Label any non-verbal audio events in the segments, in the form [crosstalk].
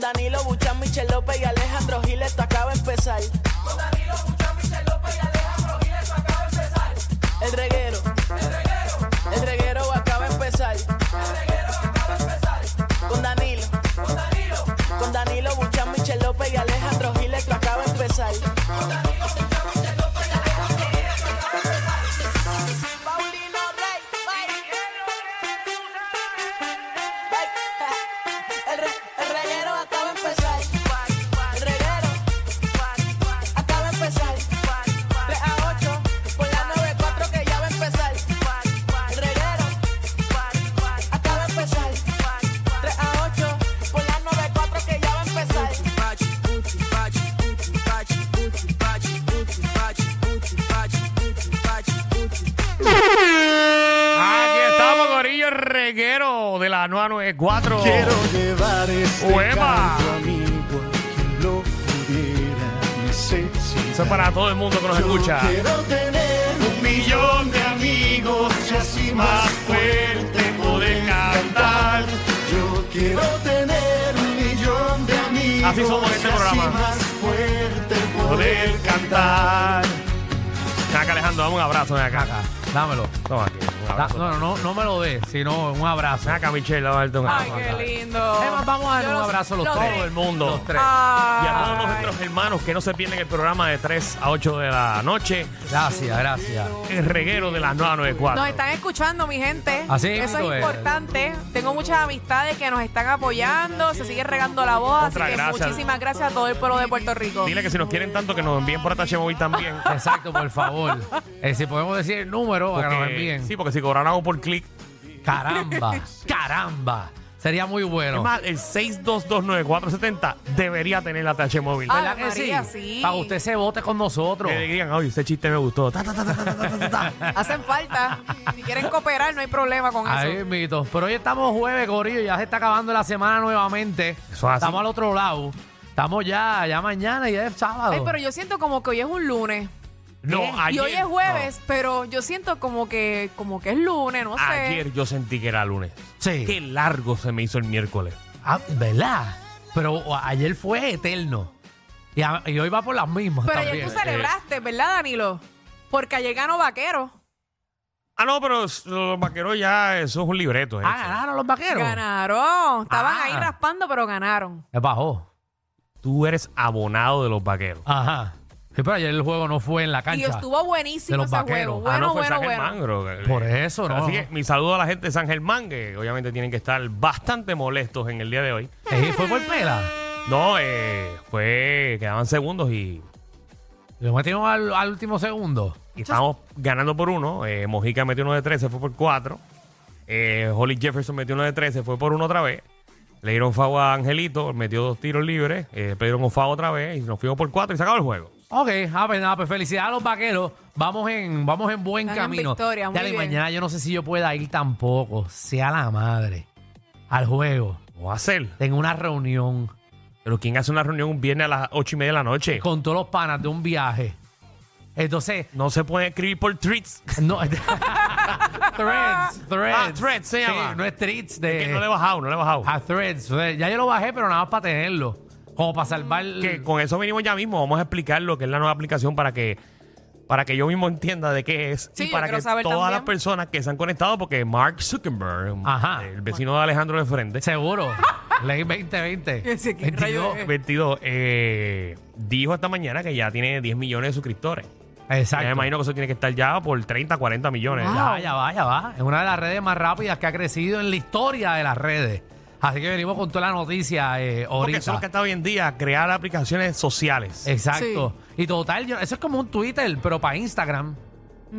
Danilo Buchan, Michel López y Alejandro Giles, esto acaba de empezar. Con Danilo Buchan, Michel López y Alejandro Giles, esto acaba de empezar. El reguero, el reguero, el reguero acaba de empezar. El reguero acaba de empezar. Con Danilo, con Danilo, con Danilo Buchan, Michel López y Alejandro Giles, esto acaba de empezar. Con Danilo Buchan, Michel López y Alejandro Giles, esto acaba de empezar. Paulino Rey, El, re- el reguero acaba de empezar. El reguero acaba de empezar. 3 a 8 por la 94 que ya va a empezar. El reguero acaba de empezar. 3 a 8 por la 94 que ya va a empezar. Aquí estamos, Corillo el Reguero de la 994. Quiero llevar este Uema. canto a mí porque lo pudiera necesitar. Eso es para todo el mundo que nos Yo escucha. Quiero tener un millón de amigos y así más fuerte poder cantar. Yo quiero tener un millón de amigos Así somos en este y así programa. más fuerte Poder poder cantar. Caca Alejandro, dame un abrazo, ven acá. Dámelo. Toma aquí, un Da- abrazo. no, no, no, no me lo des, sino un abrazo. Ven acá, Michelle, vamos a darte un Ay, abrazo. qué acá. lindo. Además, vamos a dar Yo un los- abrazo a los los tres. tres. Todo el mundo. Los tres. Y a todos Ay. nuestros hermanos que no se pierden el programa de 3 a 8 de la noche, Gracias, gracias. el reguero de las Nos 994. están escuchando, mi gente. Así Eso mismo es es. importante. Tengo muchas amistades que nos están apoyando, se sigue regando la voz, Otra así que gracia. muchísimas gracias a todo el pueblo de Puerto Rico. Dile que si nos quieren tanto que nos envíen por Atache Móvil también. Exacto, por favor. Eh, si podemos decir el número para que nos Porque- envíen. Sí, porque si cobran algo por clic. [laughs] Caramba, caramba. Sería muy bueno. Es más, el 6229470 debería tener la TH móvil. Ah, ¿Verdad que María, sí. Para que usted se vote con nosotros. Que le digan, oye, ese chiste me gustó. Ta, ta, ta, ta, ta, ta, ta, ta. Hacen falta. Si quieren cooperar, no hay problema con Ahí eso. mito. Pero hoy estamos jueves, Corillo. Ya se está acabando la semana nuevamente. es así. Estamos al otro lado. Estamos ya, ya mañana y ya es sábado. Ay, pero yo siento como que hoy es un lunes. Eh, No, ayer. y hoy es jueves, pero yo siento como que como que es lunes, no sé. Ayer yo sentí que era lunes. Sí. Qué largo se me hizo el miércoles. Ah, ¿Verdad? Pero ayer fue eterno. Y, a- y hoy va por las mismas. Pero ayer también. eh. tú celebraste, ¿verdad, Danilo? Porque ayer ganó Vaquero. Ah, no, pero s- los vaqueros ya, eso es un libreto. Ah, eso. ganaron los vaqueros. Ganaron. Estaban Ah. ahí raspando, pero ganaron. Les bajó. Tú eres abonado de los vaqueros. Ajá. Sí, pero ayer el juego no fue en la Y cancha. estuvo de buenísimo los ese vaqueros. juego. Bueno, ah, no fue bueno, San Germán, bueno. creo que- Por eso, no. Así que mi saludo a la gente de San Germán, que obviamente tienen que estar bastante molestos en el día de hoy. Eh, fue por pela. No, eh, fue, quedaban segundos y, Lo metimos al, al último segundo. y estábamos ganando por uno. Eh, Mojica metió uno de 13, fue por cuatro. Eh, Holly Jefferson metió uno de 13, fue por uno otra vez. Le dieron FAO a Angelito, metió dos tiros libres, eh, le dieron FAO otra vez y nos fuimos por cuatro y se acabó el juego. Ok, ah, pues nada, pues felicidades a los vaqueros. Vamos en, vamos en buen Están en camino. victoria, muy Dale, y bien. mañana yo no sé si yo pueda ir tampoco. Sea la madre. Al juego. ¿Cómo va a ser? Tengo una reunión Pero ¿quién hace una reunión un viernes a las ocho y media de la noche? con todos los panas de un viaje. Entonces, No se puede escribir por tweets. [laughs] No. threads. Threads. Ah, Threads se llama. Sí, no es Threads de. Que no le he bajado, no le he bajado. a Threads. Threads. Ya yo lo bajé, pero nada más para tenerlo. Como para salvar. que con eso venimos ya mismo. Vamos a explicar lo que es la nueva aplicación para que para que yo mismo entienda de qué es Sí, y yo para quiero que todas saber las también. personas que se han conectado, porque Mark Zuckerberg, eh, Ajá. el vecino de Alejandro de frente, Seguro. [laughs] Ley 2020. Ese que 22. rayo 22, eh, dijo esta mañana que ya tiene 10 millones de suscriptores. Ya Exacto. Ah. me imagino que eso tiene que estar ya por 30, 40 millones. Ya va, ya va, ya va. Es una de las redes más rápidas que ha crecido en la historia de las redes. Así que venimos con toda la noticia eh, Porque eso es lo ahorita. que está hoy en día, crear aplicaciones sociales. Exacto. Y total, yo- eso es como un Twitter, pero para Instagram.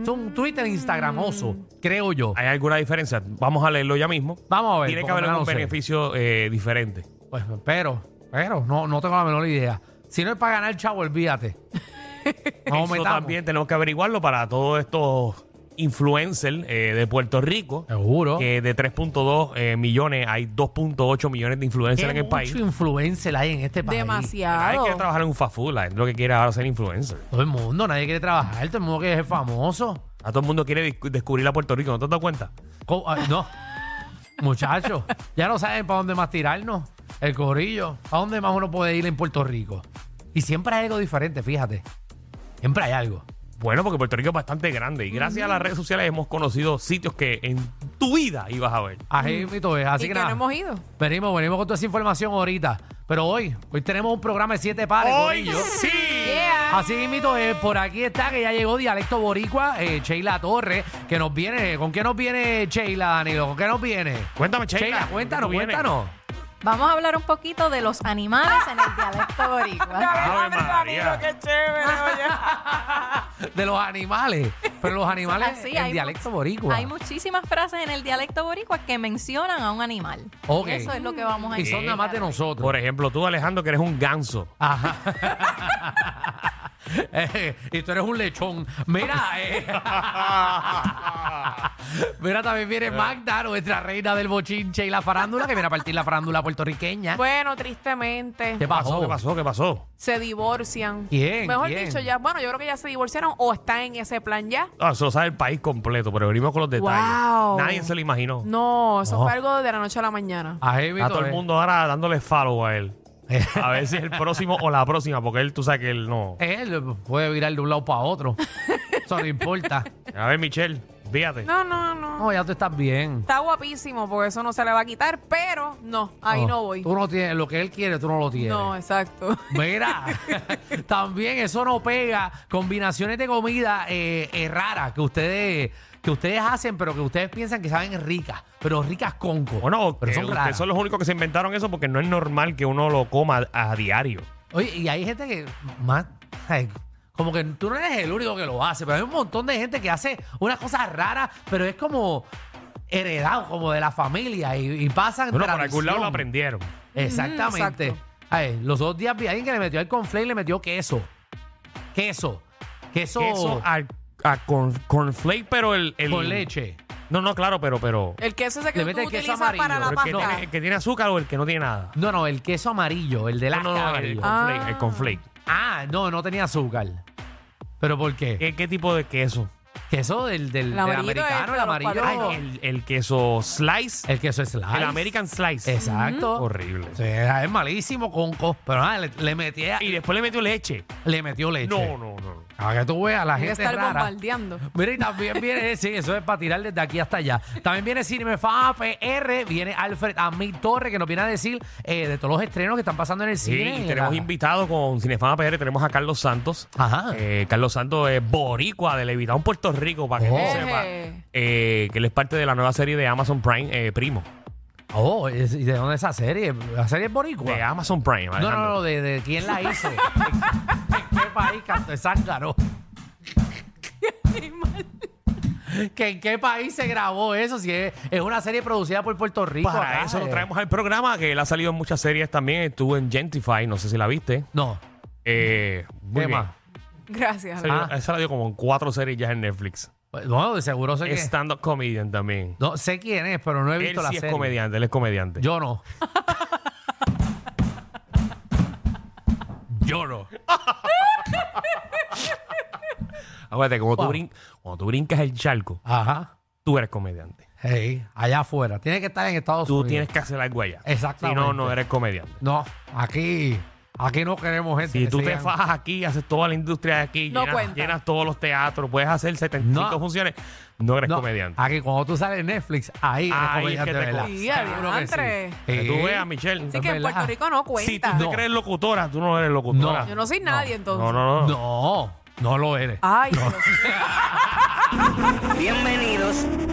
Es un Mm. Twitter instagramoso, creo yo. ¿Hay alguna diferencia? Vamos a leerlo ya mismo. Vamos a ver. Tiene que porque haber no algún sé. beneficio eh, diferente. Pues, pero, pero, no, no tengo la menor idea. Si no es para ganar, chavo, [laughs] olvídate. No Eso metamos. también tenemos que averiguarlo para todos estos influencers eh, de Puerto Rico. Seguro. Que de 3.2 eh, millones hay 2.8 millones de influencers en el mucho país. influencer hay en este país. Hay Demasiado. que trabajar en un fast food, la gente lo que quiere ahora ser influencer. Todo el mundo, nadie quiere trabajar, todo el mundo quiere ser famoso. A todo el mundo quiere dis- descubrir a Puerto Rico, ¿no te has dado cuenta? [laughs] Co- ah, No. Muchachos, ya no saben para dónde más tirarnos. El corillo. ¿A dónde más uno puede ir en Puerto Rico? Y siempre hay algo diferente, fíjate. Siempre hay algo. Bueno, porque Puerto Rico es bastante grande y gracias a las redes sociales hemos conocido sitios que en tu vida ibas a ver. Así mito es. Así Mm. que, y que no nada. hemos ido. Venimos, venimos con toda esa información ahorita. Pero hoy, hoy tenemos un programa de siete pares. ¡Hoy corillo. sí! Yeah. Así mismo, eh, por aquí está que ya llegó Dialecto Boricua, eh, Sheila Torres, que nos viene. ¿Con qué nos viene Sheila, Danilo? ¿Con qué nos viene? Cuéntame, Sheila. Sheila, cuéntanos, ¿Tú vienes? cuéntanos. Vamos a hablar un poquito de los animales en el dialecto boricua. Ave María. De los animales. Pero los animales [laughs] Así, en Ah, mu- dialecto boricua. Hay muchísimas frases en el dialecto boricua que mencionan a un animal. Ok. Eso es lo que vamos a y son nada más de nosotros. Por ejemplo, tú, Alejandro, que eres un ganso. Ajá. [laughs] Eh, y tú eres un lechón. Mira, eh. [laughs] mira, también Eh. viene Magda, nuestra reina del bochinche y la farándula, que viene a partir la farándula puertorriqueña. Bueno, tristemente. ¿Qué pasó? ¿Qué pasó? ¿Qué pasó? Se divorcian. ¿Quién? Mejor ¿Quién? dicho, ya, bueno, yo creo que ya se divorciaron o están en ese plan ya. Ah, eso lo sabe el país completo, pero venimos con los detalles. Wow. Nadie se lo Oh. imaginó. No, eso No. fue algo de la noche a la mañana. Ají, Está Vito, todo eh. el mundo ahora dándole follow a él. [laughs] A ver si es el próximo o la próxima, porque él, tú sabes que él no. Él puede virar de un lado para [laughs] otro. Eso no importa. A ver, Michelle, fíjate. No, no, no. No, ya tú estás bien. Está guapísimo porque eso no se le va a quitar, pero no, ahí no, voy. Oh. Tú no tienes, lo que él quiere, tú no lo tienes. No, exacto. [laughs] Mira, también eso no pega. Combinaciones de comida eh, eh, raras que ustedes, que ustedes hacen, pero que ustedes piensan que saben ricas, pero ricas conco. Bueno, pero que son Eh, ustedes raras. son los únicos que se inventaron eso porque no es normal que uno lo coma a, a diario. Oye, y hay gente que más. ay, Como que tú no eres el único que lo hace, pero hay un montón de gente que hace unas cosas raras, pero es como heredado, como de la familia, y, y pasan. Bueno, por algún lado lo tradición. aprendieron. Exactamente. Exacto. Ay, los dos días vi a alguien que le metió el conflay y le metió queso. Queso. Queso, Queso a, a corn- cornflake, pero el, el- con leche. No, no, claro, pero. pero El queso ese que Le tú mete el queso utilizas amarillo, para la pero el que, pasta. tiene, el que tiene azúcar o el que no tiene nada. No, no, el queso amarillo, el de la No, no, no, el amarillo. Ah. cornflake. El cornflake. Ah, no, no tenía azúcar. ¿Pero por qué? ¿Qué, qué tipo de queso? Queso del, del, El del amarillo es, americano, el pero los amarillo. cuadros- el, El, el queso slice, el queso slice. El American slice. Mm. Exacto. Horrible. Sí, es malísimo, conco. Pero nada, le, le metía- Y después le metió leche. le metió leche. No, no, no. Para que tú veas, la Voy a gente estar es rara. bombardeando. Mira, y también viene, sí, eso es para tirar desde aquí hasta allá. También viene Cinemefa PR, viene Alfred Amid Torre, que nos viene a decir eh, de todos los estrenos que están pasando en el Sí, cine. Ah. y tenemos La- invitados con Cinefama PR, tenemos a Carlos Santos. Ajá. Eh, Carlos Santos es boricua de Levitón, Puerto Rico, para que Oh. no sepa. Eh, que él es parte de la nueva serie de Amazon Prime, eh, Primo. Oh, es- ¿y de dónde es esa serie? ¿La serie es boricua? De Amazon Prime, no, no, Alejandro. no, de, de quién [laughs] la hizo. ¿En qué país cantó el zángano? ¿Que ¿En qué país se grabó eso? Si es, es una serie producida por Puerto Rico. Para acá, eso lo eh. traemos al programa, que él ha salido en muchas series también. Estuvo en Gentify, no sé si la viste. No, Eh, muy ¿qué bien. más? Gracias. Esa la Ah. dio- esa la dio como en cuatro series ya en Netflix. No, de seguro sé que... Stand-up comedian también. No, sé quién es, pero no he Él visto la sí es serie. comediante, él es comediante. Yo no. Yo no. [laughs] Acuérdate, cuando, Wow. tú brin- cuando tú brincas el charco, Ajá. tú eres comediante. Hey, allá afuera. Tiene que estar en Estados Tú Unidos. tienes que hacer algo allá. Exactamente. Si no, no eres comediante. No, aquí. Aquí no queremos gente. Si que tú te sigan- fajas aquí, haces toda la industria de aquí, No llenas, cuenta. llenas todos los teatros, puedes hacer 75 No. funciones, no eres No, comediante. Aquí, cuando tú sales en Netflix, ahí, eres Ahí comediante es que te ¿verdad? Sí, adiantre. Seguro Que sí. tú Sí. veas, Michelle. Así que en ¿verdad? Puerto Rico no si tú cuenta. te Eh. No. crees locutora, tú no eres locutora. Yo no soy nadie entonces. no, no, no. No, no lo eres. Ay, Dios mío. Bienvenidos